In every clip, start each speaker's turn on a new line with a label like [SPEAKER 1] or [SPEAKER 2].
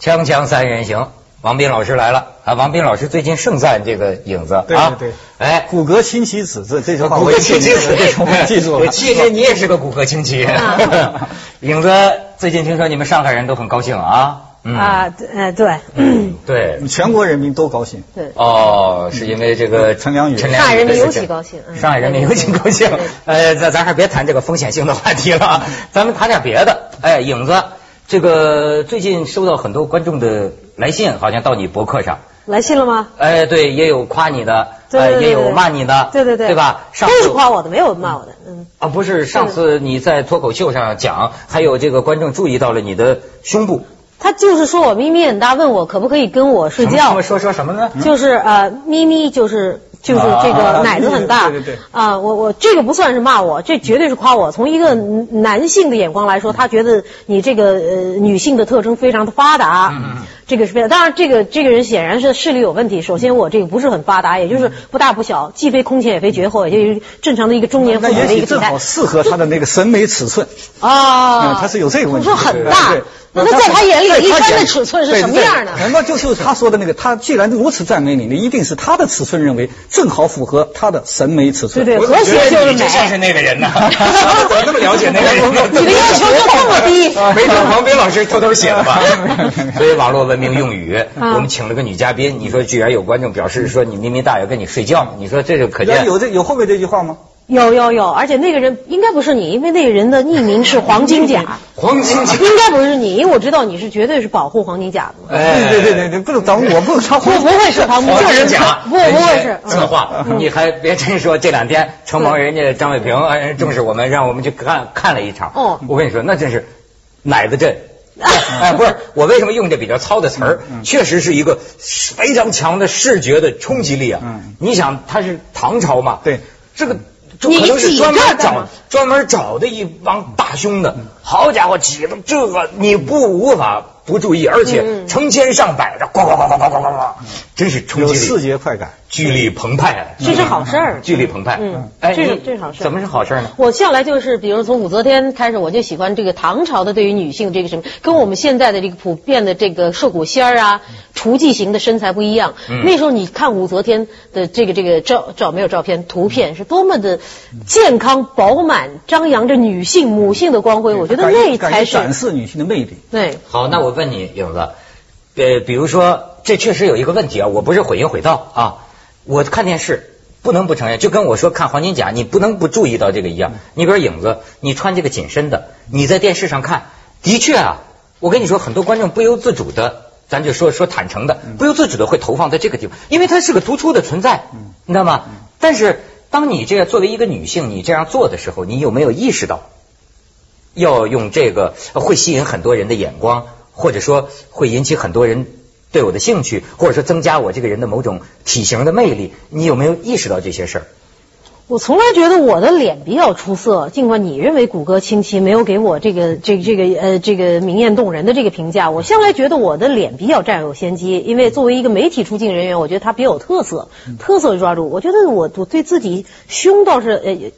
[SPEAKER 1] 锵锵三人行，王斌老师来了啊！王斌老师最近盛赞这个影子
[SPEAKER 2] 对
[SPEAKER 1] 啊，
[SPEAKER 2] 对对
[SPEAKER 1] 哎，
[SPEAKER 2] 骨骼亲其子，这这句话
[SPEAKER 1] 骨
[SPEAKER 2] 我
[SPEAKER 1] 骼
[SPEAKER 2] 也
[SPEAKER 1] 清奇
[SPEAKER 2] 记住了这句话我 记住了。
[SPEAKER 1] 其实你也是个骨骼清奇。
[SPEAKER 3] 啊
[SPEAKER 1] 影子最近听说你们上海人都很高兴啊，嗯，
[SPEAKER 3] 啊，对呃，对，
[SPEAKER 1] 对，
[SPEAKER 2] 全国人民都高兴，
[SPEAKER 1] 哦，是因为这个
[SPEAKER 2] 嗯陈良宇
[SPEAKER 1] 陈
[SPEAKER 3] 上
[SPEAKER 1] 良
[SPEAKER 3] 海人
[SPEAKER 1] 的
[SPEAKER 3] 民
[SPEAKER 1] 事
[SPEAKER 3] 尤
[SPEAKER 1] 情
[SPEAKER 3] 其高兴，嗯
[SPEAKER 1] 上海人民尤其高兴
[SPEAKER 3] 对对对。
[SPEAKER 1] 呃，咱咱还别谈这个风险性的话题了啊，咱们谈点别的。哎，影子，这个最近收到很多观众的来信，好像到你博客上。
[SPEAKER 3] 来信了吗？
[SPEAKER 1] 哎，对，也有夸你的，
[SPEAKER 3] 对对对
[SPEAKER 1] 呃，也有
[SPEAKER 3] 对
[SPEAKER 1] 骂你的，
[SPEAKER 3] 对对对，
[SPEAKER 1] 对吧？上
[SPEAKER 3] 都
[SPEAKER 1] 次
[SPEAKER 3] 是夸我的，没有骂我的，嗯，
[SPEAKER 1] 啊，不是上次你在脱口秀上讲，还有这个观众注意到了你的胸部，
[SPEAKER 3] 他就是说我咪咪很大，问我可不可以跟我睡
[SPEAKER 1] 什
[SPEAKER 3] 觉
[SPEAKER 1] 么，说说什么呢？
[SPEAKER 2] 嗯
[SPEAKER 3] 就是呃，咪咪就是就是这
[SPEAKER 1] 啊啊
[SPEAKER 3] 个
[SPEAKER 1] 啊
[SPEAKER 3] 奶子很大，
[SPEAKER 2] 对对对
[SPEAKER 3] 啊，我我这个不算是骂我，这绝对是夸我。从一个男性的眼光来说，他觉得你这个呃女性的特征非常的发达，
[SPEAKER 2] 嗯
[SPEAKER 3] 这个是非常。当然，这个这个人显然是视力有问题。首先，我这个不是很发达，也
[SPEAKER 2] 嗯
[SPEAKER 3] 就是不大不小，既非空前也非绝后，也就是正常的一个中年
[SPEAKER 2] 那
[SPEAKER 3] 妇女
[SPEAKER 2] 也
[SPEAKER 3] 的一
[SPEAKER 2] 许
[SPEAKER 3] 个体
[SPEAKER 2] 正
[SPEAKER 3] 态
[SPEAKER 2] 好适合他的那个审美尺寸。
[SPEAKER 3] 啊
[SPEAKER 2] 嗯，他是有这个问题
[SPEAKER 3] 我说很大
[SPEAKER 2] 对对，
[SPEAKER 3] 那他在他眼
[SPEAKER 2] 在
[SPEAKER 3] 里一
[SPEAKER 2] 他
[SPEAKER 3] 般
[SPEAKER 2] 眼
[SPEAKER 3] 的尺寸是什么样的
[SPEAKER 2] 对对？难道就是他说的那个？他既然如此赞美你，那一定是他的尺寸认为正好符合他的审美尺寸。
[SPEAKER 3] 对对，
[SPEAKER 1] 我
[SPEAKER 3] 和谐就
[SPEAKER 1] 觉得
[SPEAKER 3] 是
[SPEAKER 1] 你这像是
[SPEAKER 3] 美。
[SPEAKER 1] 那个人呢，怎么那么了解那个人？
[SPEAKER 3] 你的要求就这么低？
[SPEAKER 1] 没准王斌老师偷偷写的吧。所以网络文明用语，我们请了个女嘉宾，你说居然有观众表示说你明明大爷跟你睡觉，你说这就可见
[SPEAKER 2] 有这有后面这句话吗？
[SPEAKER 3] 有有有，而且那个人应该不是你，因为那个人的匿名是黄金甲，
[SPEAKER 1] 黄金期。
[SPEAKER 3] 应该不是你，因为我知道你是绝对是保护黄金甲的嘛。
[SPEAKER 1] 哎
[SPEAKER 2] 对对对对，不能，咱们我不能他
[SPEAKER 3] 不不会是黄金
[SPEAKER 1] 黄
[SPEAKER 3] 甲，
[SPEAKER 1] 金甲，
[SPEAKER 3] 不不会是。嗯
[SPEAKER 1] 策划，你还别真说，这两天承蒙人家张伟平哎重视我们，让我们去看看了一场。
[SPEAKER 3] 哦
[SPEAKER 1] 我跟你说，那真是奶子 阵。哎，不是，我为什么用这比较糙的词儿？
[SPEAKER 3] 嗯
[SPEAKER 1] 确实是一个非常强的视觉的冲击力啊！
[SPEAKER 2] 嗯
[SPEAKER 1] 你想，它是唐朝嘛？
[SPEAKER 2] 对，
[SPEAKER 1] 这个就可能是
[SPEAKER 3] 你
[SPEAKER 1] 专
[SPEAKER 3] 挤这
[SPEAKER 1] 门
[SPEAKER 3] 儿干
[SPEAKER 1] 找
[SPEAKER 3] 嘛
[SPEAKER 1] 专门找的一帮大胸的，好家伙，挤的这个你不无法不注意，而且
[SPEAKER 3] 嗯
[SPEAKER 1] 成千上百的，呱呱呱呱呱呱呱呱，真是冲
[SPEAKER 2] 有
[SPEAKER 1] 击力
[SPEAKER 2] 视。觉快感。
[SPEAKER 1] 巨力澎湃，
[SPEAKER 3] 这是好事儿
[SPEAKER 1] 巨力澎湃。
[SPEAKER 3] 嗯
[SPEAKER 1] 哎，
[SPEAKER 3] 这是
[SPEAKER 1] 你
[SPEAKER 3] 这是好事儿
[SPEAKER 1] 怎么是好事儿呢？
[SPEAKER 3] 我向来就是，比如从武则天开始，我就喜欢这个唐朝的对于女性这个什么，跟我们现在的这个普遍的这个瘦骨仙儿啊、雏妓型的身材不一样。那时候你看武则天的这个这个照照没有照片图片，是多么的健康饱满，张扬着女性母性的光辉。我觉得
[SPEAKER 2] 敢于
[SPEAKER 3] 那
[SPEAKER 2] 敢
[SPEAKER 3] 才
[SPEAKER 2] 于展
[SPEAKER 3] 是
[SPEAKER 2] 示女性的魅力。
[SPEAKER 3] 对。
[SPEAKER 1] 好，那我问你，影子，呃，比如说，这确实有一个问题啊，我不是毁音毁道啊，我看电视不能不承认，就跟我说看黄金甲，你不能不注意到这个一样。你比如影子，你穿这个紧身的，你在电视上看，的确啊，我跟你说，很多观众不由自主的。咱就说说坦诚的，不由自主的会投放在这个地方，因为它是个突出的存在，你知道吗？但是当你这样作为一个女性，你这样做的时候，你有没有意识到要用这个呃会吸引很多人的眼光，或者说会引起很多人对我的兴趣，或者说增加我这个人的某种体型的魅力。你有没有意识到这些事儿？
[SPEAKER 3] 我从来觉得我的脸比较出色，尽管你认为骨骼清奇，没有给我这个这个这个呃这个明艳动人的这个评价。我向来觉得我的脸比较占有先机，因为作为一个媒体出镜人员，我觉得他比较有特色，
[SPEAKER 1] 嗯
[SPEAKER 3] 特色抓住。我觉得我我对自己胸倒是呃也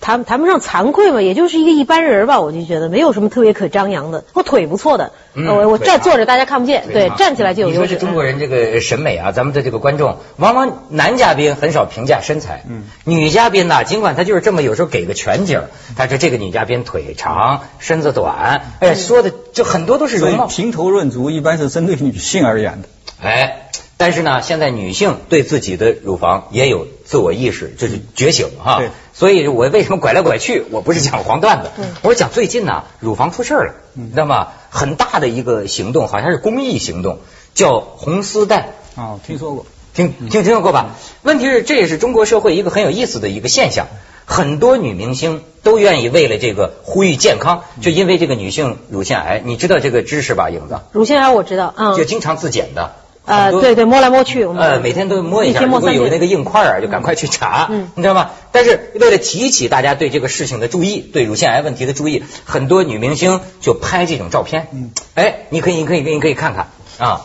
[SPEAKER 3] 谈谈不上惭愧吧，也就是一个一般人吧，我就觉得没有什么特别可张扬的。我腿不错的，
[SPEAKER 1] 嗯
[SPEAKER 3] 呃我我
[SPEAKER 1] 腿长
[SPEAKER 3] 站坐着大家看不见，对，站起来就有
[SPEAKER 1] 你说
[SPEAKER 3] 优
[SPEAKER 1] 这
[SPEAKER 3] 势。
[SPEAKER 1] 中国人这个审美啊，咱们的这个观众，往往男嘉宾很少评价身材，嗯，女嘉宾呐、尽管她就是这么，有时候给个全景儿，但是这个女嘉宾腿长，身子短，
[SPEAKER 3] 嗯
[SPEAKER 1] 哎，说的就很多都是
[SPEAKER 2] 所
[SPEAKER 1] 容
[SPEAKER 2] 以
[SPEAKER 1] 貌。
[SPEAKER 2] 评头论足一般是针对女性而言的。
[SPEAKER 1] 哎，但是呢，现在女性对自己的乳房也有自我意识，就是觉醒哈
[SPEAKER 2] 对。
[SPEAKER 1] 所以我为什么拐来拐去？我不是讲黄段子，我是讲最近呢，乳房出事儿了，
[SPEAKER 3] 嗯
[SPEAKER 1] 你
[SPEAKER 2] 嗯
[SPEAKER 1] 知道吗？很大的一个行动，好像是公益行动，叫红丝带。
[SPEAKER 2] 啊，听说过。
[SPEAKER 1] 听听听说过吧？问题是，这也是中国社会一个很有意思的一个现象。很多女明星都愿意为了这个呼吁健康，就因为这个女性乳腺癌，你知道这个知识吧，影子？
[SPEAKER 3] 乳腺癌我知道，嗯
[SPEAKER 1] 就，经常自检的。
[SPEAKER 3] 呃
[SPEAKER 1] 很多
[SPEAKER 3] 对对，摸来摸去，我们
[SPEAKER 1] 呃，每天都摸一下，
[SPEAKER 3] 一天
[SPEAKER 1] 如
[SPEAKER 3] 摸
[SPEAKER 1] 果
[SPEAKER 3] 三
[SPEAKER 1] 有
[SPEAKER 3] 遍
[SPEAKER 1] 那个硬块儿啊，就赶快去查，
[SPEAKER 3] 嗯
[SPEAKER 1] 你知道吗？但是为了提起大家对这个事情的注意，对乳腺癌问题的注意，很多女明星就拍这种照片。
[SPEAKER 2] 嗯
[SPEAKER 1] 哎，你可以，你可以，你可以看看啊，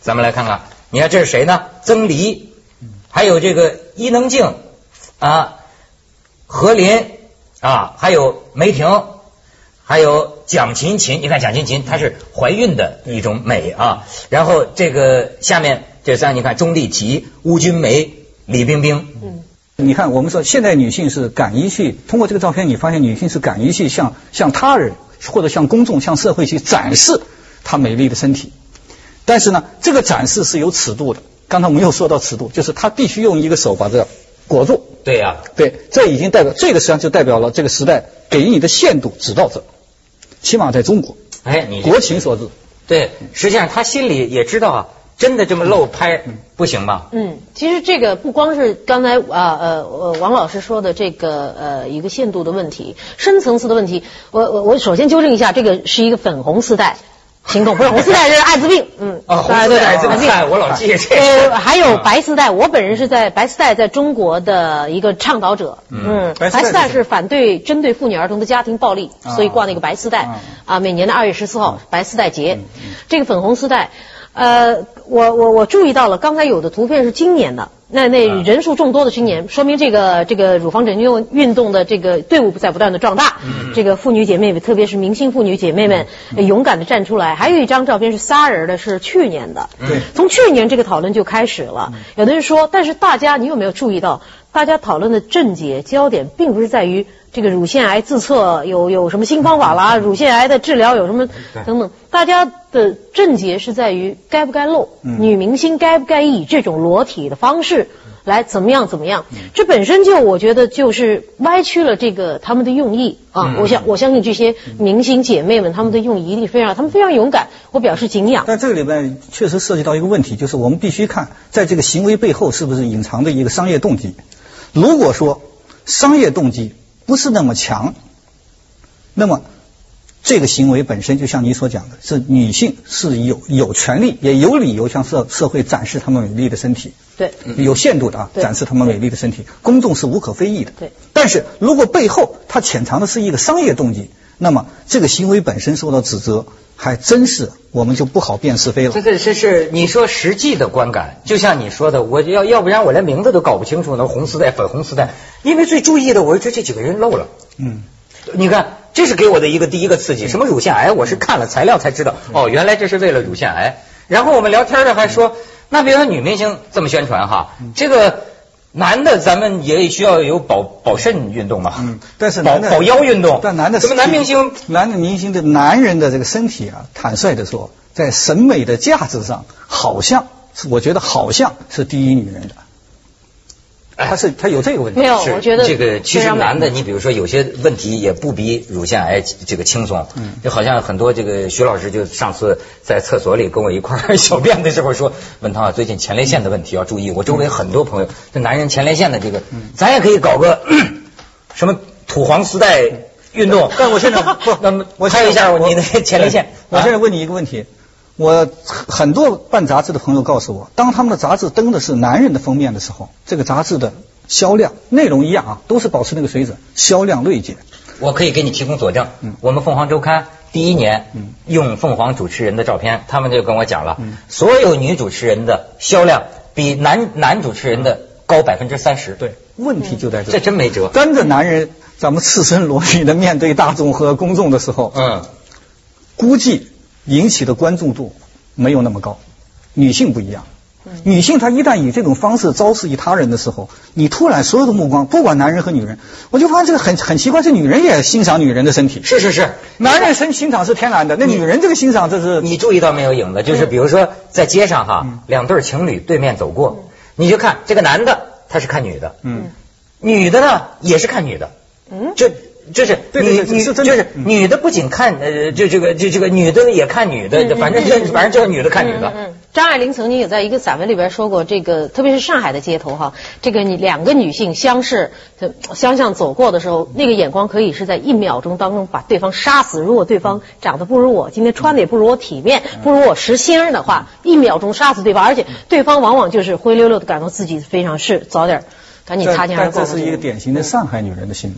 [SPEAKER 1] 咱们来看看，你看这是谁呢？曾黎，还有这个伊能静啊，何琳啊，还有梅婷，还有蒋勤勤，你看蒋勤勤她是怀孕的一种美啊。然后这个下面这三，你看钟丽缇、邬君梅、李冰冰，
[SPEAKER 3] 嗯，
[SPEAKER 2] 你看，我们说现代女性是敢于去通过这个照片，你发现女性是敢于去向向他人或者向公众、向社会去展示她美丽的身体。但是呢，这个展示是有尺度的。刚才我们又说到尺度，就是她必须用一个手把这裹住。
[SPEAKER 1] 对啊呀、
[SPEAKER 2] 对，这已经代表这个实际上就代表了这个时代给予你的限度只到这，起码在中国
[SPEAKER 1] 哎，你
[SPEAKER 2] 国情所致。
[SPEAKER 1] 对，实际上她心里也知道啊，真的这么露拍不行吧？
[SPEAKER 3] 嗯，其实这个不光是刚才啊呃呃王老师说的这个呃一个限度的问题，深层次的问题。我我我首先纠正一下，这个是一个粉红丝带行动，不是红丝带，这是艾滋病。嗯，
[SPEAKER 1] 啊，红
[SPEAKER 3] 大家
[SPEAKER 1] 丝
[SPEAKER 3] 都
[SPEAKER 1] 带
[SPEAKER 3] 懂
[SPEAKER 1] 这么
[SPEAKER 3] 艾滋病
[SPEAKER 1] 看，我老记这
[SPEAKER 3] 呃，
[SPEAKER 1] 个。
[SPEAKER 3] 还有白丝带，我本人是在白丝带在中国的一个倡导者，嗯，
[SPEAKER 2] 白
[SPEAKER 3] 白
[SPEAKER 2] 丝带是
[SPEAKER 3] 丝带是反对针对妇女儿童的家庭暴力，
[SPEAKER 2] 啊
[SPEAKER 3] 所以挂那个白丝带
[SPEAKER 2] 啊
[SPEAKER 3] 啊，每年的二月十四号白丝带节，这个粉红丝带，呃，我我我注意到了，刚才有的图片是今年的。那那
[SPEAKER 1] 啊
[SPEAKER 3] 人数众多的今年，说明这个这个乳房拯救运动的这个队伍在不断的壮大。这个妇女姐妹们，特别是明星妇女姐妹们，呃勇敢的站出来。还有一张照片是仨人的，是去年的。
[SPEAKER 2] 对
[SPEAKER 3] 从去年这个讨论就开始了，
[SPEAKER 2] 嗯
[SPEAKER 3] 有的人说，但是大家你有没有注意到，大家讨论的症结焦点并不是在于这个乳腺癌自测有有什么新方法啦，
[SPEAKER 2] 嗯
[SPEAKER 3] 乳腺癌的治疗有什么等等，大家的症结是在于该不该露，
[SPEAKER 2] 嗯
[SPEAKER 3] 女明星该不该以这种裸体的方式。来怎么样怎么样？
[SPEAKER 2] 嗯
[SPEAKER 3] 这本身就我觉得就是歪曲了这个他们的用意
[SPEAKER 2] 嗯
[SPEAKER 3] 啊！我想我相信这些明星姐妹们，她们的用意一定非常，她们非常勇敢，我表示敬仰。
[SPEAKER 2] 但这个里面确实涉及到一个问题，就是我们必须看在这个行为背后是不是隐藏着一个商业动机。如果说商业动机不是那么强，那么这个行为本身就像你所讲的，是女性是有有权利也有理由向社社会展示她们美丽的身体，
[SPEAKER 3] 对，
[SPEAKER 2] 有限度的啊，
[SPEAKER 3] 对
[SPEAKER 2] 展示她们美丽的身体，公众是无可非议的。
[SPEAKER 3] 对。
[SPEAKER 2] 但是如果背后它潜藏的是一个商业动机，那么这个行为本身受到指责，还真是我们就不好辨是非了
[SPEAKER 1] 这。这这是你说实际的观感，就像你说的，我要要不然我连名字都搞不清楚呢，红丝带、粉红丝带，因为最注意的，我就觉得这几个人漏了。
[SPEAKER 2] 嗯，
[SPEAKER 1] 你看，这是给我的一个第一个刺激。什么乳腺癌，我是看了材料才知道，哦，原来这是为了乳腺癌。然后我们聊天的还说，那比如说女明星这么宣传哈，这个男的咱们也需要有保保肾运动嘛，
[SPEAKER 2] 嗯但是
[SPEAKER 1] 保
[SPEAKER 2] 男的
[SPEAKER 1] 保腰运动，
[SPEAKER 2] 但男的
[SPEAKER 1] 怎么男明星？
[SPEAKER 2] 男的明星的男人的这个身体啊，坦率的说，在审美的价值上，好像是我觉得好像是低于女人的，哎他是他有这个问题
[SPEAKER 3] 没。有，
[SPEAKER 1] 是
[SPEAKER 3] 我觉得
[SPEAKER 1] 这个其
[SPEAKER 3] 非
[SPEAKER 1] 实
[SPEAKER 3] 常美
[SPEAKER 1] 男的，你比如说有些问题也不比乳腺癌这个轻松，
[SPEAKER 2] 嗯
[SPEAKER 1] 就好像很多这个徐老师就上次在厕所里跟我一块儿 小便的时候说，文涛啊，最近前列腺的问题要注意。我周围很多朋友，这男人前列腺的这个，
[SPEAKER 2] 嗯
[SPEAKER 1] 咱也可以搞个 什么土黄丝带运动。
[SPEAKER 2] 但我现 在不
[SPEAKER 1] 那么
[SPEAKER 2] 我
[SPEAKER 1] 拍一下
[SPEAKER 2] 现在
[SPEAKER 1] 你的前列腺
[SPEAKER 2] 对。我
[SPEAKER 1] 啊
[SPEAKER 2] 现在问你一个问题，我很多办杂志的朋友告诉我，当他们的杂志登的是男人的封面的时候，这个杂志的销量、内容一样啊，都是保持那个水准，销量锐减。
[SPEAKER 1] 我可以给你提供佐证。
[SPEAKER 2] 嗯
[SPEAKER 1] 我们凤凰周刊第一年
[SPEAKER 2] 嗯
[SPEAKER 1] 用凤凰主持人的照片，他们就跟我讲了
[SPEAKER 2] 嗯，
[SPEAKER 1] 所有女主持人的销量比男男主持人的高百分之三十。，
[SPEAKER 2] 嗯对，问题就在这里。
[SPEAKER 1] 这真没辙。
[SPEAKER 2] 跟着男人，咱们赤身裸体的面对大众和公众的时候，
[SPEAKER 1] 嗯，
[SPEAKER 2] 估计引起的关注度没有那么高。女性不一样，女性她一旦以这种方式昭示于他人的时候，你突然所有的目光，不管男人和女人，我就发现这个很很奇怪，这女人也欣赏女人的身体，
[SPEAKER 1] 是是是。
[SPEAKER 2] 男人身欣赏是天然的，那女人这个欣赏这是
[SPEAKER 1] 你注意到没有，影子？
[SPEAKER 2] 嗯
[SPEAKER 1] 就是比如说在街上哈，两对情侣对面走过，你就看这个男的他是看女的，
[SPEAKER 2] 嗯
[SPEAKER 1] 女的呢也是看女的，
[SPEAKER 3] 嗯，
[SPEAKER 1] 就就是
[SPEAKER 2] 对对对
[SPEAKER 1] 女女
[SPEAKER 2] 是
[SPEAKER 1] 就
[SPEAKER 2] 真的
[SPEAKER 1] 是
[SPEAKER 2] 嗯
[SPEAKER 1] 女的不仅看呃就这个就这个女的也看女
[SPEAKER 2] 嗯
[SPEAKER 1] 的，反正就反正就是女的看女的。
[SPEAKER 3] 嗯嗯张爱玲曾经也在一个散文里边说过，这个特别是上海的街头哈，这个你两个女性相视呃相向走过的时候，那个眼光可以是在一秒钟当中把对方杀死。如果对方长得不如我，今天穿的也不如我体面，不如我实心儿的话，一秒钟杀死对方，而且对方往往就是灰溜溜的感到自己非常是早点儿赶紧擦
[SPEAKER 2] 但
[SPEAKER 3] 肩而
[SPEAKER 2] 但
[SPEAKER 3] 过。
[SPEAKER 2] 这是一个典型的上海女人的心理。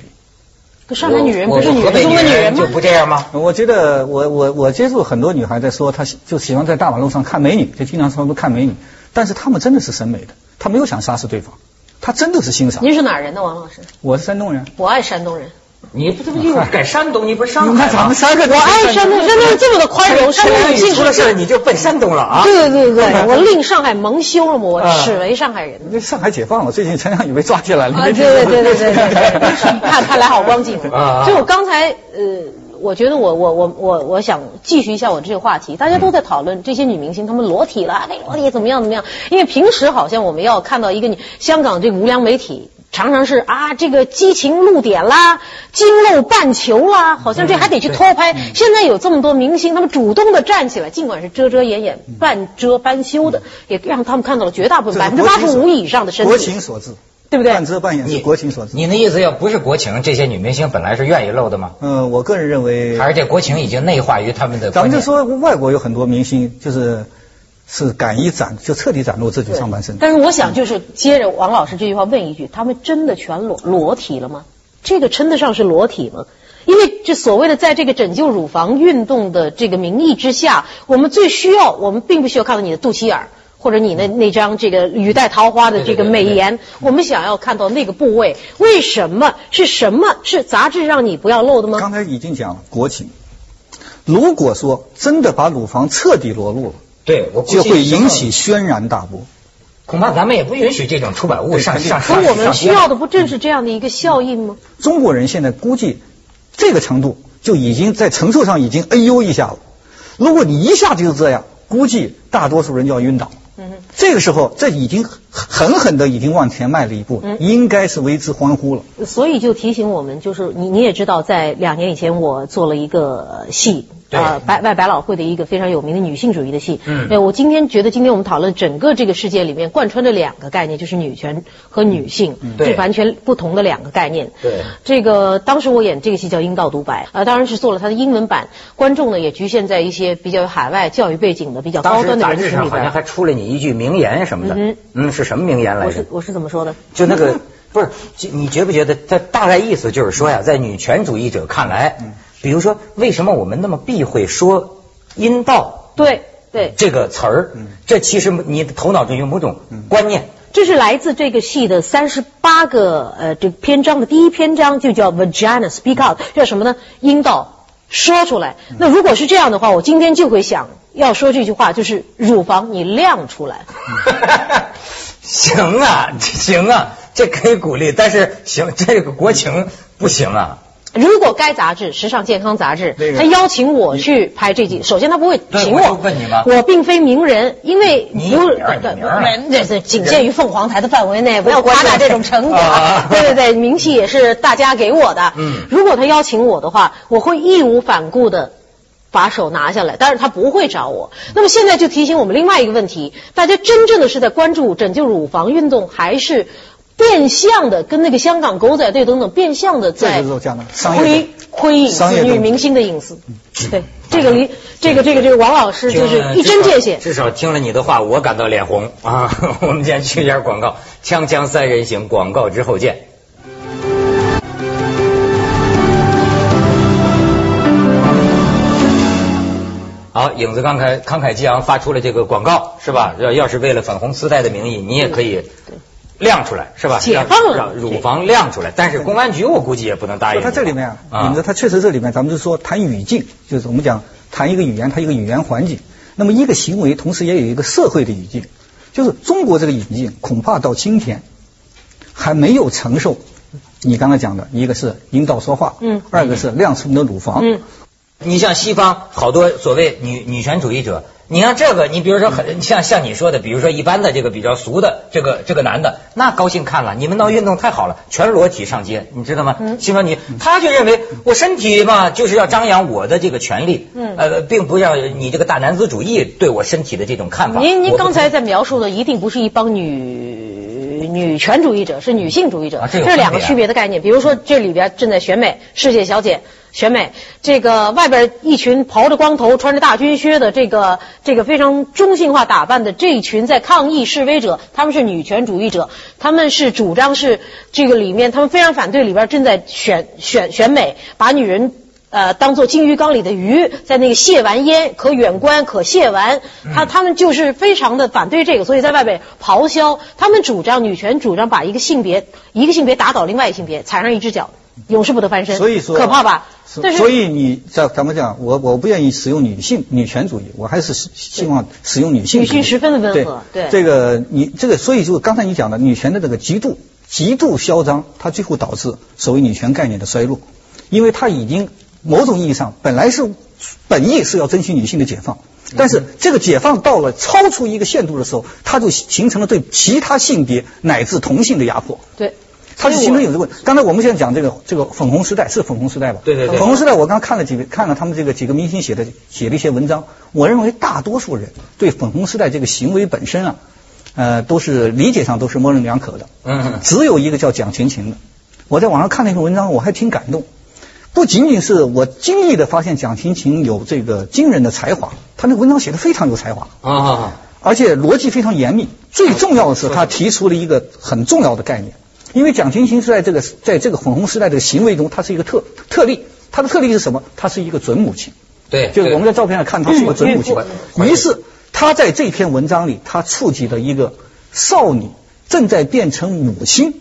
[SPEAKER 3] 可上海女人
[SPEAKER 1] 我
[SPEAKER 3] 不是女
[SPEAKER 1] 我河
[SPEAKER 3] 人
[SPEAKER 1] 北
[SPEAKER 3] 中的女人
[SPEAKER 1] 就
[SPEAKER 3] 吗？
[SPEAKER 1] 不这样吗？
[SPEAKER 2] 我觉得我我我接触很多女孩在说，她喜就喜欢在大马路上看美女，就经常说看美女，但是她们真的是审美的，她没有想杀死对方，她真的是欣赏。
[SPEAKER 3] 您是哪儿人呢，王老师？
[SPEAKER 2] 我是山东人，
[SPEAKER 3] 我爱山东人。
[SPEAKER 1] 你不这不又改山东？你不是上海
[SPEAKER 2] 你
[SPEAKER 1] 吗？
[SPEAKER 2] 看咱们三个都
[SPEAKER 3] 我爱山东，山东是这么的宽容，山
[SPEAKER 1] 山东
[SPEAKER 3] 东有进
[SPEAKER 1] 你
[SPEAKER 3] 步
[SPEAKER 1] 出了事儿你就奔山东了啊！
[SPEAKER 3] 对对对，我令上海蒙羞了嘛，我耻为上海人。
[SPEAKER 2] 那上海解放了，最近陈阳宇被抓起来了。
[SPEAKER 3] 啊，对对对对对对，看看来好 光景
[SPEAKER 1] 啊啊
[SPEAKER 3] 哦。所以我刚才呃，我觉得我我我我我想继续一下我这个话题，大家都在讨论这些女明星她们裸体了，啊那裸体怎么样怎么样？因为平时好像我们要看到一个女香港这个无良媒体。常常是啊，这个激情露点啦，精露半球啦，好像这还得
[SPEAKER 2] 嗯
[SPEAKER 3] 去偷拍。现在有这么多明星，他们主动的站起来，尽管是遮遮掩掩、
[SPEAKER 2] 嗯
[SPEAKER 3] 半遮半羞的，也让他们看到了绝大部分百分之八十五以上的身体。
[SPEAKER 2] 国情所致，
[SPEAKER 3] 对不对
[SPEAKER 2] 半遮半掩是国情所致。
[SPEAKER 1] 你的意思要不是国情，这些女明星本来是愿意露的吗？
[SPEAKER 2] 呃，我个人认为，
[SPEAKER 1] 还是这国情已经内化于他们的
[SPEAKER 2] 咱
[SPEAKER 1] 观
[SPEAKER 2] 们就
[SPEAKER 1] 念？
[SPEAKER 2] 说外国有很多明星就是是敢于展，就彻底展露自己上半身。
[SPEAKER 3] 但是我想，就是接着王老师这句话问一句：他们真的全裸裸体了吗？这个称得上是裸体吗？因为这所谓的在这个拯救乳房运动的这个名义之下，我们最需要，我们并不需要看到你的肚脐眼儿或者你那那张这个语带桃花的这个美颜，我们想要看到那个部位，为什么？是什么？是杂志让你不要露的吗？
[SPEAKER 2] 刚才已经讲了国情，如果说真的把乳房彻底裸露了，
[SPEAKER 1] 对，我估计
[SPEAKER 2] 就会引起轩然大波。
[SPEAKER 1] 恐怕咱们也不允许这种出版物上上
[SPEAKER 3] 可
[SPEAKER 1] 上
[SPEAKER 3] 我们
[SPEAKER 1] 上
[SPEAKER 3] 需要的不
[SPEAKER 2] 嗯
[SPEAKER 3] 正是这样的一个效应吗？
[SPEAKER 2] 中国人现在估计这个程度就已经在承受上已经哎呦一下了。如果你一下子就这样，估计大多数人就要晕倒。
[SPEAKER 3] 嗯哼
[SPEAKER 2] 这个时候，这已经狠狠的已经往前迈了一步，
[SPEAKER 3] 嗯
[SPEAKER 2] 应该是为之欢呼了。
[SPEAKER 3] 所以就提醒我们，就是你你也知道，在两年以前我做了一个戏。
[SPEAKER 1] 对
[SPEAKER 3] 啊、百外百老汇的一个非常有名的女性主义的戏。
[SPEAKER 1] 嗯
[SPEAKER 3] 呃我今天觉得今天我们讨论整个这个世界里面贯穿着两个概念，就是女权和女性，
[SPEAKER 1] 嗯对
[SPEAKER 3] 是完全不同的两个概念。
[SPEAKER 1] 对
[SPEAKER 3] 这个当时我演这个戏叫《阴道独白》，呃，当然是做了它的英文版，观众呢也局限在一些比较有海外教育背景的、比较
[SPEAKER 1] 当
[SPEAKER 3] 高
[SPEAKER 1] 时
[SPEAKER 3] 端的
[SPEAKER 1] 杂
[SPEAKER 3] 人
[SPEAKER 1] 志
[SPEAKER 3] 群
[SPEAKER 1] 上
[SPEAKER 3] 里
[SPEAKER 1] 好像
[SPEAKER 3] 边。
[SPEAKER 1] 还出了你一句名言什么的，
[SPEAKER 3] 嗯
[SPEAKER 1] 嗯是什么名言来
[SPEAKER 3] 我
[SPEAKER 1] 着
[SPEAKER 3] 是？我是怎么说的？
[SPEAKER 1] 就那个不是，就你觉不觉得？他大概意思就是说呀，在女权主义者看
[SPEAKER 3] 嗯
[SPEAKER 1] 来，比如说为什么我们那么避讳说阴道
[SPEAKER 3] 对对，
[SPEAKER 1] 这个词儿
[SPEAKER 2] 嗯？
[SPEAKER 1] 这其实你头脑中有某种
[SPEAKER 2] 嗯
[SPEAKER 1] 观念，
[SPEAKER 3] 这是来自这个戏的三十八个呃这个篇章的第一篇章，就叫 Vagina Speak Out，叫什么呢？阴道说出来。那如果是这样的话，我今天就会想要说这句话，就是乳房你亮出来。嗯
[SPEAKER 1] 行啊，行啊，这可以鼓励，但是行，这个国情不行啊。
[SPEAKER 3] 如果该杂志《时尚健康杂志
[SPEAKER 2] 那》个
[SPEAKER 3] 他邀请我去拍这季，首先他不会
[SPEAKER 1] 嗯对
[SPEAKER 3] 请
[SPEAKER 1] 我
[SPEAKER 3] 我
[SPEAKER 1] 就问你嘛，
[SPEAKER 3] 我并非名人，因为
[SPEAKER 1] 你
[SPEAKER 3] 不呃
[SPEAKER 1] 有名儿
[SPEAKER 3] 对
[SPEAKER 1] 你有名儿啊
[SPEAKER 3] 对对对，仅限于凤凰台的范围内，不要夸大这种成果
[SPEAKER 1] 啊。
[SPEAKER 3] 对对对，名气也是大家给我的。
[SPEAKER 1] 嗯
[SPEAKER 3] 如果他邀请我的话，我会义无反顾的。把手拿下来，但是他不会找我。那么现在就提醒我们另外一个问题：大家真正的是在关注拯救乳房运动，还是变相的跟那个香港狗仔队等等变相的
[SPEAKER 2] 这
[SPEAKER 3] 在
[SPEAKER 2] 就是讲的商业
[SPEAKER 3] 窥窥隐
[SPEAKER 2] 商
[SPEAKER 3] 私，
[SPEAKER 2] 业嗯
[SPEAKER 3] 女
[SPEAKER 2] 动
[SPEAKER 3] 明星的隐私。对，这个离这个这个这个王老师就是一针见血。
[SPEAKER 1] 至少听了你的话，我感到脸红啊！ 我们先去一下广告，锵锵三人行广告之后见。好，影子慷慨慷慨激昂发出了这个广告是吧？要要是为了粉红丝带的名义，你也可以亮出来是吧？
[SPEAKER 3] 嗯解
[SPEAKER 1] 让
[SPEAKER 3] 放了
[SPEAKER 1] 让乳房亮出来，但是公安局我估计也不能答应你。
[SPEAKER 2] 他这里面
[SPEAKER 1] 啊
[SPEAKER 2] 啊，影子他确实这里面，咱们就说谈语境，就是我们讲谈一个语言，它一个语言环境。那么一个行为，同时也有一个社会的语境，就是中国这个语境，恐怕到今天还没有承受你刚才讲的，一个是引导说话，
[SPEAKER 3] 嗯
[SPEAKER 2] 二个是亮出你的乳房，
[SPEAKER 3] 嗯，
[SPEAKER 1] 你像西方好多所谓女女权主义者，你像这个，你比如说很像像你说的，比如说一般的这个比较俗的这个这个男的，那高兴看了，你们闹运动太好了，全裸体上街，你知道吗？
[SPEAKER 3] 嗯
[SPEAKER 1] 西方你他就认为我身体嘛就是要张扬我的这个权利，
[SPEAKER 3] 嗯
[SPEAKER 1] 呃，并不要你这个大男子主义对我身体的这种看法。
[SPEAKER 3] 您您
[SPEAKER 1] 我不
[SPEAKER 3] 刚才在描述的一定不是一帮女女权主义者，是女性主义者，
[SPEAKER 1] 啊这
[SPEAKER 3] 这
[SPEAKER 1] 有
[SPEAKER 3] 是两个
[SPEAKER 1] 分别啊
[SPEAKER 3] 区别的概念。比如说这里边正在选美，世界小姐选美，这个外边一群刨着光头、穿着大军靴的这个这个非常中性化打扮的这一群在抗议示威者，他们是女权主义者，他们是主张是这个里面他们非常反对里边正在选选选美，把女人呃，当做金鱼缸里的鱼，在那个卸完烟，可远观，可卸完。
[SPEAKER 1] 嗯
[SPEAKER 3] 他他们就是非常的反对这个，所以在外边咆哮。他们主张女权主张把一个性别一个性别打倒另外一个性别，踩上一只脚。永世不得翻身，
[SPEAKER 2] 所以说
[SPEAKER 3] 可怕吧？
[SPEAKER 2] 所
[SPEAKER 3] 但是
[SPEAKER 2] 所以你在咱们讲，我我不愿意使用女性女权主义，我还是希望使用女性主义。
[SPEAKER 3] 女性十分的温和对
[SPEAKER 2] 这个你这个，所以就刚才你讲的女权的这个极度极度嚣张，它最后导致所谓女权概念的衰落，因为它已经某种意义上本来是本意是要争取女性的解放。
[SPEAKER 3] 嗯
[SPEAKER 2] 但是这个解放到了超出一个限度的时候，它就形成了对其他性别乃至同性的压迫。
[SPEAKER 3] 对，
[SPEAKER 2] 它是
[SPEAKER 3] 所以
[SPEAKER 2] 形
[SPEAKER 3] 我
[SPEAKER 2] 成有这个问题。刚才我们现在讲这个这个粉红时代是粉红时代吧？
[SPEAKER 1] 对对对
[SPEAKER 2] 粉红时代，我刚看了几个看了他们这个几个明星写的写的一些文章，我认为大多数人对粉红时代这个行为本身啊，呃，都是理解上都是模棱两可的。
[SPEAKER 1] 嗯
[SPEAKER 2] 只有一个叫蒋勤勤的，我在网上看了一篇文章，我还挺感动。不仅仅是我惊异的发现蒋勤勤有这个惊人的才华，他那个文章写的非常有才华。
[SPEAKER 1] 啊，
[SPEAKER 2] 而且逻辑非常严密。最重要的是，他提出了一个很重要的概念，因为蒋勤勤是在这个在这个粉红时代这个行为中，他是一个特特例。他的特例是什么？他是一个准母亲，
[SPEAKER 1] 对，
[SPEAKER 2] 就是我们在照片上看他是一个准母亲
[SPEAKER 1] 嗯。嗯
[SPEAKER 2] 于是他在这篇文章里，他触及了一个少女正在变成母亲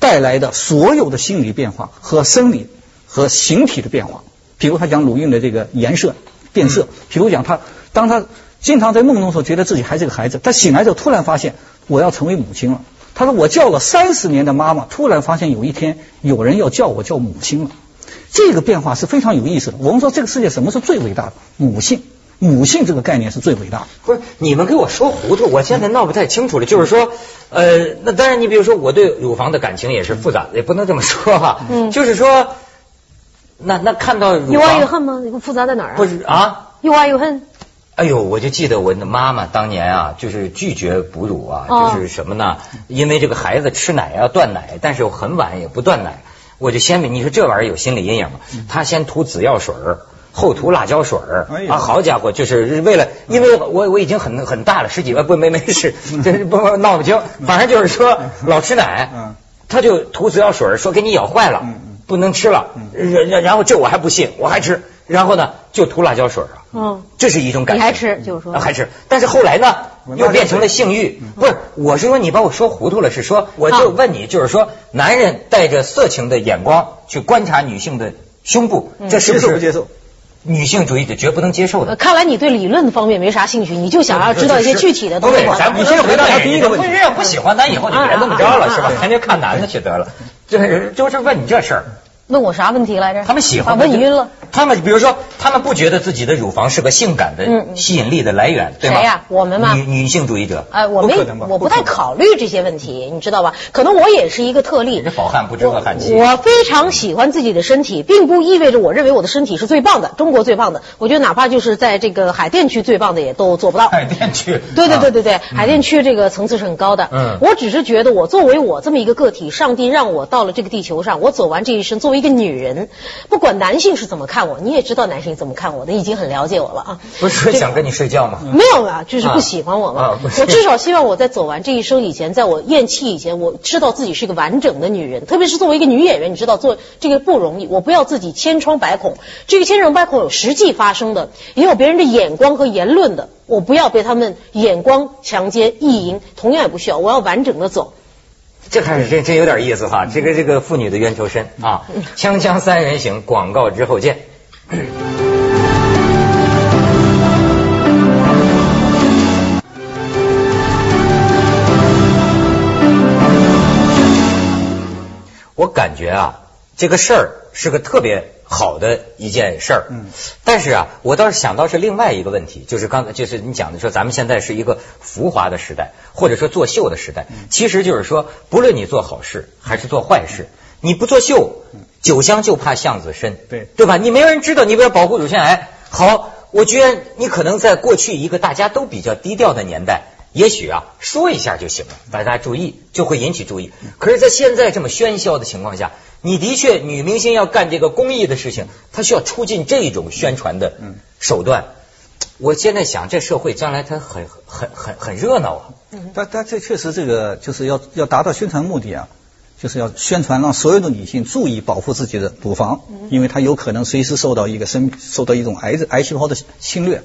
[SPEAKER 2] 带来的所有的心理变化和生理和形体的变化。比如他讲鲁韵的这个颜色变
[SPEAKER 1] 嗯
[SPEAKER 2] 色，比如讲他当他经常在梦中的时候觉得自己还是个孩子，他醒来之后突然发现我要成为母亲了。他说我叫了三十年的妈妈，突然发现有一天有人要叫我叫母亲了。这个变化是非常有意思的。我们说这个世界什么是最伟大的？母性，母性这个概念是最伟大的。
[SPEAKER 1] 不是你们给我说糊涂，我现在闹不太清楚
[SPEAKER 3] 嗯
[SPEAKER 1] 了。就是说，呃，那当然，你比如说我对乳房的感情也是复杂的，也不能这么说哈。
[SPEAKER 3] 嗯
[SPEAKER 1] 就是说，那那看到乳
[SPEAKER 3] 又爱
[SPEAKER 1] 房
[SPEAKER 3] 又恨吗？你复杂在哪儿啊？
[SPEAKER 1] 不是啊？
[SPEAKER 3] 又爱又恨，
[SPEAKER 1] 哎呦，我就记得我的妈妈当年啊，就是拒绝哺乳啊，
[SPEAKER 3] 哦
[SPEAKER 1] 就是什么呢？因为这个孩子吃奶要断奶，但是我很晚也不断奶，我就先给你说这玩意儿有心理阴影嘛。她先涂紫药水儿，后涂辣椒水儿
[SPEAKER 2] 嗯哎，呦嗯
[SPEAKER 1] 啊，好家伙，就是为了，因为我我已经很很大了，十几万不没没事， 这是不不闹不清，反正就是说老吃奶，
[SPEAKER 2] 嗯
[SPEAKER 1] 他就涂紫药水儿说给你咬坏了
[SPEAKER 2] 嗯嗯，
[SPEAKER 1] 不能吃了，然然然后这我还不信，我还吃，然后呢就涂辣椒水儿啊。
[SPEAKER 3] 嗯，
[SPEAKER 1] 这是一种感
[SPEAKER 3] 你
[SPEAKER 1] 觉，
[SPEAKER 3] 还吃就是说
[SPEAKER 1] 啊还吃，但是后来呢，
[SPEAKER 2] 我
[SPEAKER 1] 又变成了性欲。
[SPEAKER 2] 嗯
[SPEAKER 1] 不是，我是说你把我说糊涂了，是说我
[SPEAKER 3] 啊
[SPEAKER 1] 就问你，就是说男人带着色情的眼光去观察女性的胸部，
[SPEAKER 3] 嗯
[SPEAKER 1] 这是不
[SPEAKER 2] 接受不
[SPEAKER 1] 是
[SPEAKER 2] 接受？
[SPEAKER 1] 女性主义者绝不能接受
[SPEAKER 3] 呃
[SPEAKER 1] 的？
[SPEAKER 3] 看来你对理论方面没啥兴趣，你就想要呃啊知道一些具体的东西
[SPEAKER 1] 不。是咱不
[SPEAKER 2] 你先回到他
[SPEAKER 1] 你
[SPEAKER 2] 第一个问题
[SPEAKER 1] 不是不喜欢，咱以后就别这么着了，
[SPEAKER 3] 啊
[SPEAKER 1] 是吧
[SPEAKER 3] 啊啊？
[SPEAKER 1] 咱就看男的去得了。就是就是问你这事儿，
[SPEAKER 3] 问我啥问题来着？
[SPEAKER 1] 他们喜
[SPEAKER 3] 啊
[SPEAKER 1] 欢
[SPEAKER 3] 问你晕了。。
[SPEAKER 1] 他们比如说，他们不觉得自己的乳房是个性感
[SPEAKER 3] 嗯
[SPEAKER 1] 的
[SPEAKER 3] 嗯
[SPEAKER 1] 吸引力的来源，对吗？
[SPEAKER 3] 谁呀我们吗
[SPEAKER 1] 女女性主义者。
[SPEAKER 3] 哎，我没
[SPEAKER 2] 不可能吧，
[SPEAKER 3] 我不太
[SPEAKER 2] 不可能
[SPEAKER 3] 考虑这些问题，你知道吧？可能我也是一个特例
[SPEAKER 1] 你这。饱汉不知饿汉饥。
[SPEAKER 3] 我非常喜欢自己的身体，并不意味着我认为我的身体是最棒的，中国最棒的。我觉得哪怕就是在这个海淀区最棒的也都做 不到。
[SPEAKER 1] 海淀区。
[SPEAKER 3] 对对
[SPEAKER 1] 对。
[SPEAKER 3] 对对对，海淀区这个层次是很高的。
[SPEAKER 1] 嗯
[SPEAKER 3] 我只是觉得我作为我这么一个个体，上帝让我到了这个地球上，我走完这一生，作为一个女人，不管男性是怎么看我，你也知道男性怎么看我的，已经很了解我了啊。
[SPEAKER 1] 不是说想跟你睡觉吗？
[SPEAKER 3] 没有啊，就是不喜欢我嘛。
[SPEAKER 1] 啊啊不是
[SPEAKER 3] 我至少希望我在走完这一生以前，在我咽气以前，我知道自己是一个完整的女人。特别是作为一个女演员，你知道做这个不容易，我不要自己千疮百孔。这个千疮百孔有实际发生的，也有别人的眼光和言论的。我不要被他们眼光强奸、意淫，同样也不需要。我要完整的走。
[SPEAKER 1] 这开始真真有点意思哈，这个这个妇女的冤求深啊！
[SPEAKER 3] 嗯
[SPEAKER 1] 锵锵三人行，广告之后见。我感觉啊，这个事儿是个特别好的一件事儿。
[SPEAKER 2] 嗯
[SPEAKER 1] 但是啊，我倒是想到是另外一个问题，就是刚才就是你讲的说，咱们现在是一个浮华的时代，或者说作秀的时代。
[SPEAKER 3] 嗯
[SPEAKER 1] 其实就是说，不论你做好事还是做坏事，
[SPEAKER 3] 嗯
[SPEAKER 1] 你不做秀，酒香就怕巷子深，
[SPEAKER 2] 对
[SPEAKER 1] 对吧？你没有人知道，你比如保护乳腺癌，好，我觉得你可能在过去一个大家都比较低调的年代。也许啊，说一下就行了，大家注意就会引起注意。可是，在现在这么喧嚣的情况下，你的确女明星要干这个公益的事情，她需要出尽这种宣传的
[SPEAKER 2] 嗯
[SPEAKER 1] 手段。我现在想，这社会将来它很很很很热闹啊。
[SPEAKER 2] 但但这确实这个就是要要达到宣传目的啊，就是要宣传让所有的女性注意保护自己的乳房，因为它有可能随时受到一个生受到一种癌症癌细胞的侵略。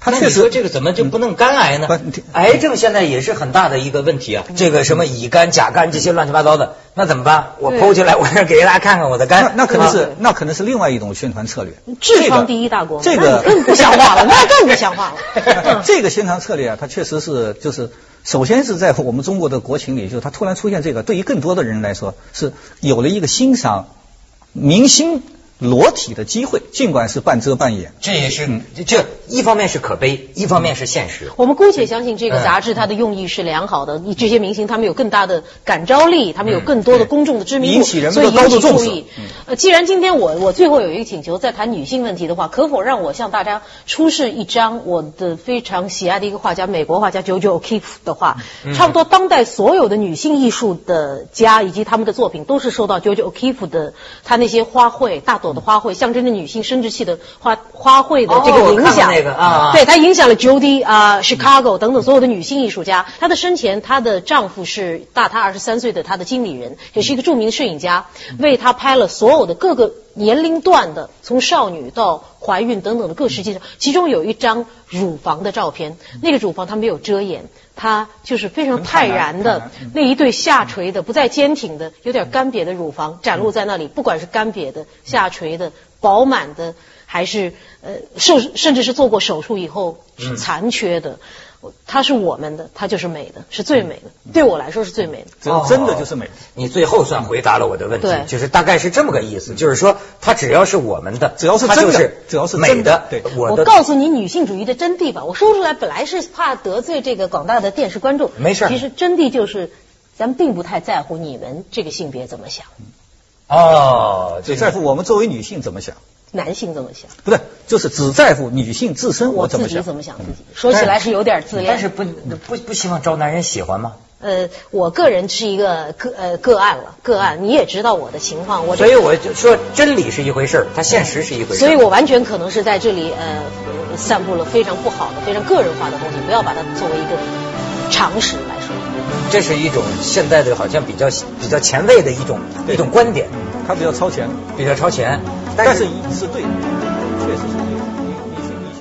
[SPEAKER 2] 它
[SPEAKER 1] 那
[SPEAKER 2] 确
[SPEAKER 1] 你说
[SPEAKER 2] 实
[SPEAKER 1] 这个怎么就不弄肝癌呢
[SPEAKER 2] 不你听？
[SPEAKER 1] 癌症现在也是很大的一个问题
[SPEAKER 2] 嗯
[SPEAKER 1] 啊，这个什么乙肝、甲肝这些乱七八糟的，那怎么办？我
[SPEAKER 3] 对
[SPEAKER 1] 剖起来，我让给大家看看我的
[SPEAKER 2] 那
[SPEAKER 3] 哎
[SPEAKER 1] 肝。
[SPEAKER 2] 那可能
[SPEAKER 1] 啊
[SPEAKER 2] 是那可能是另外一种宣传策略。
[SPEAKER 3] 痔疮嗯第一大国，
[SPEAKER 2] 这
[SPEAKER 3] 那
[SPEAKER 2] 个
[SPEAKER 3] 你更不像话了，那更不 像话了。嗯
[SPEAKER 2] 这个宣传策略啊，它确实是就是，首先是在我们中国的国情里，就是它突然出现这个，对于更多的人来说是有了一个欣赏明星裸体的机会，尽管是半遮半掩。
[SPEAKER 1] 这也是这一方面是可悲，一方面是现实。
[SPEAKER 3] 我们姑且相信这个杂志它的用意是良好
[SPEAKER 2] 嗯
[SPEAKER 3] 的，这些明星他们有更大的感召力，他们有更多的公众的知名度，
[SPEAKER 2] 引起人们
[SPEAKER 3] 所
[SPEAKER 2] 的
[SPEAKER 3] 以
[SPEAKER 2] 高度
[SPEAKER 3] 引起
[SPEAKER 2] 重
[SPEAKER 3] 注
[SPEAKER 2] 视嗯
[SPEAKER 3] 意。呃，既然今天我我最后有一个请求，在谈女性问题的话，可否让我向大家出示一张我的非常喜爱的一个画家，美国画家 JoJo O'Keeffe 的画？
[SPEAKER 2] 嗯
[SPEAKER 3] 差不多当代所有的女性艺术的家以及他们的作品，都是受到 JoJo O'Keeffe 的她那些花卉、大朵的花卉，象征着女性生殖器的花花卉的这
[SPEAKER 1] 哦
[SPEAKER 3] 个
[SPEAKER 1] 我
[SPEAKER 3] 影
[SPEAKER 1] 看过
[SPEAKER 3] 响。
[SPEAKER 1] 那个啊
[SPEAKER 3] 对，它影响了 Judy 啊、Chicago 等等所有的女性艺术家。她的生前，她的丈夫是大她二十三岁的她的经理人，也是一个著名的摄影家，为她拍了所有的各个年龄段的，从少女到怀孕等等的各时期的，其中有一张乳房的照片，那个乳房她没有遮掩。她就是非常泰然
[SPEAKER 2] 很坦
[SPEAKER 3] 的
[SPEAKER 2] 然嗯
[SPEAKER 3] 那一对下垂的、不再坚挺的、有点干瘪的乳房展露在那里，不管是干瘪的、下垂的、饱满的，还是呃受甚至是做过手术以后
[SPEAKER 1] 嗯
[SPEAKER 3] 是残缺的，我它是我们的，它就是美的，是最美的。
[SPEAKER 1] 嗯
[SPEAKER 3] 对我来说是最美的。
[SPEAKER 2] 真
[SPEAKER 1] 哦
[SPEAKER 2] 真的就是美，
[SPEAKER 1] 你最后算回答了我的问题
[SPEAKER 3] 对，
[SPEAKER 1] 就是大概是这么个意思，就是说它只要是我们的，
[SPEAKER 2] 只要是
[SPEAKER 1] 它就
[SPEAKER 2] 真的
[SPEAKER 1] 是
[SPEAKER 2] 只要是
[SPEAKER 1] 美
[SPEAKER 2] 真的
[SPEAKER 1] 的，
[SPEAKER 2] 对
[SPEAKER 1] 我
[SPEAKER 3] 我
[SPEAKER 1] 的
[SPEAKER 3] 告诉你女性主义的真谛吧，我说出来本来是怕得罪这个广大的电视观众，
[SPEAKER 1] 没事儿
[SPEAKER 3] 其实真谛就是，咱们并不太在乎你们这个性别怎么想，
[SPEAKER 1] 哦，
[SPEAKER 2] 只
[SPEAKER 1] 这
[SPEAKER 2] 在
[SPEAKER 1] 是
[SPEAKER 2] 乎我们作为女性怎么想，
[SPEAKER 3] 男性怎么想，
[SPEAKER 2] 不对，就是只在乎女性自身我怎
[SPEAKER 3] 自
[SPEAKER 2] 么
[SPEAKER 3] 己
[SPEAKER 2] 想。
[SPEAKER 3] 怎么想自己。说起来是有点自恋，
[SPEAKER 1] 嗯但是不不不希望招男人喜欢吗？
[SPEAKER 3] 呃，我个人是一个个呃个案了，个案你也知道我的情况，我这
[SPEAKER 1] 所以我就说真理是一回事儿，它现实是一回事儿。
[SPEAKER 3] 所以我完全可能是在这里呃散布了非常不好的、非常个人化的东西，不要把它作为一个常识来说。
[SPEAKER 1] 这是一种现在的好像比较比较前卫的一种一种观点，
[SPEAKER 2] 它比较超前，
[SPEAKER 1] 比较超前，
[SPEAKER 2] 但
[SPEAKER 1] 但
[SPEAKER 2] 是
[SPEAKER 1] 是
[SPEAKER 2] 是对的。